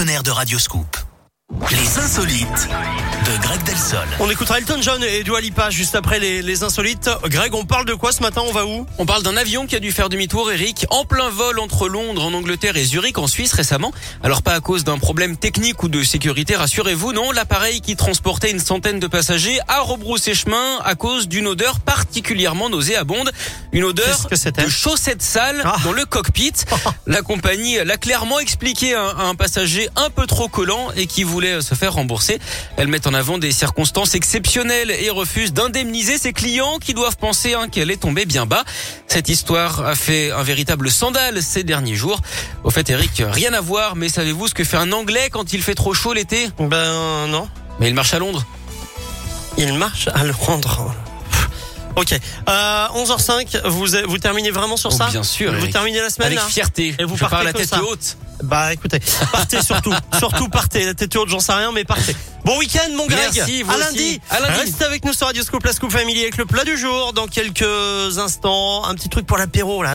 horaires de Radio Scoop. Les insolites de Greg Delsol. On écoutera Elton John et Dua Lipa juste après les, les insolites. Greg, on parle de quoi ce matin On va où On parle d'un avion qui a dû faire demi-tour, Eric, en plein vol entre Londres, en Angleterre et Zurich, en Suisse récemment. Alors pas à cause d'un problème technique ou de sécurité, rassurez-vous, non, l'appareil qui transportait une centaine de passagers a rebroussé chemin à cause d'une odeur particulièrement nauséabonde. Une odeur Qu'est-ce que c'était de chaussettes sales Ah. dans le cockpit. La compagnie l'a clairement expliqué à un- à un passager un peu trop collant et qui voulait euh, se faire rembourser. Elle met en avant des circonstances exceptionnelles et refuse d'indemniser ses clients qui doivent penser hein, qu'elle est tombée bien bas. Cette histoire a fait un véritable scandale ces derniers jours. Au fait, Eric, rien à voir, mais savez-vous ce que fait un Anglais quand il fait trop chaud l'été Ben non. Mais il marche à Londres. Il marche à le rendre. Pff, Ok. Euh, 11h05, vous, vous terminez vraiment sur Oh, ça bien sûr, Vous Eric. terminez la semaine Avec là fierté. Et vous Je pars partez la comme tête ça. haute. Bah écoutez, partez surtout. surtout partez. La tête haute, j'en sais rien, mais partez. Bon week-end, mon Greg. Merci, vous à aussi. lundi. À lundi. Restez avec nous sur Radio Scoop, la Scoop Family, avec le plat du jour dans quelques instants. Un petit truc pour l'apéro là.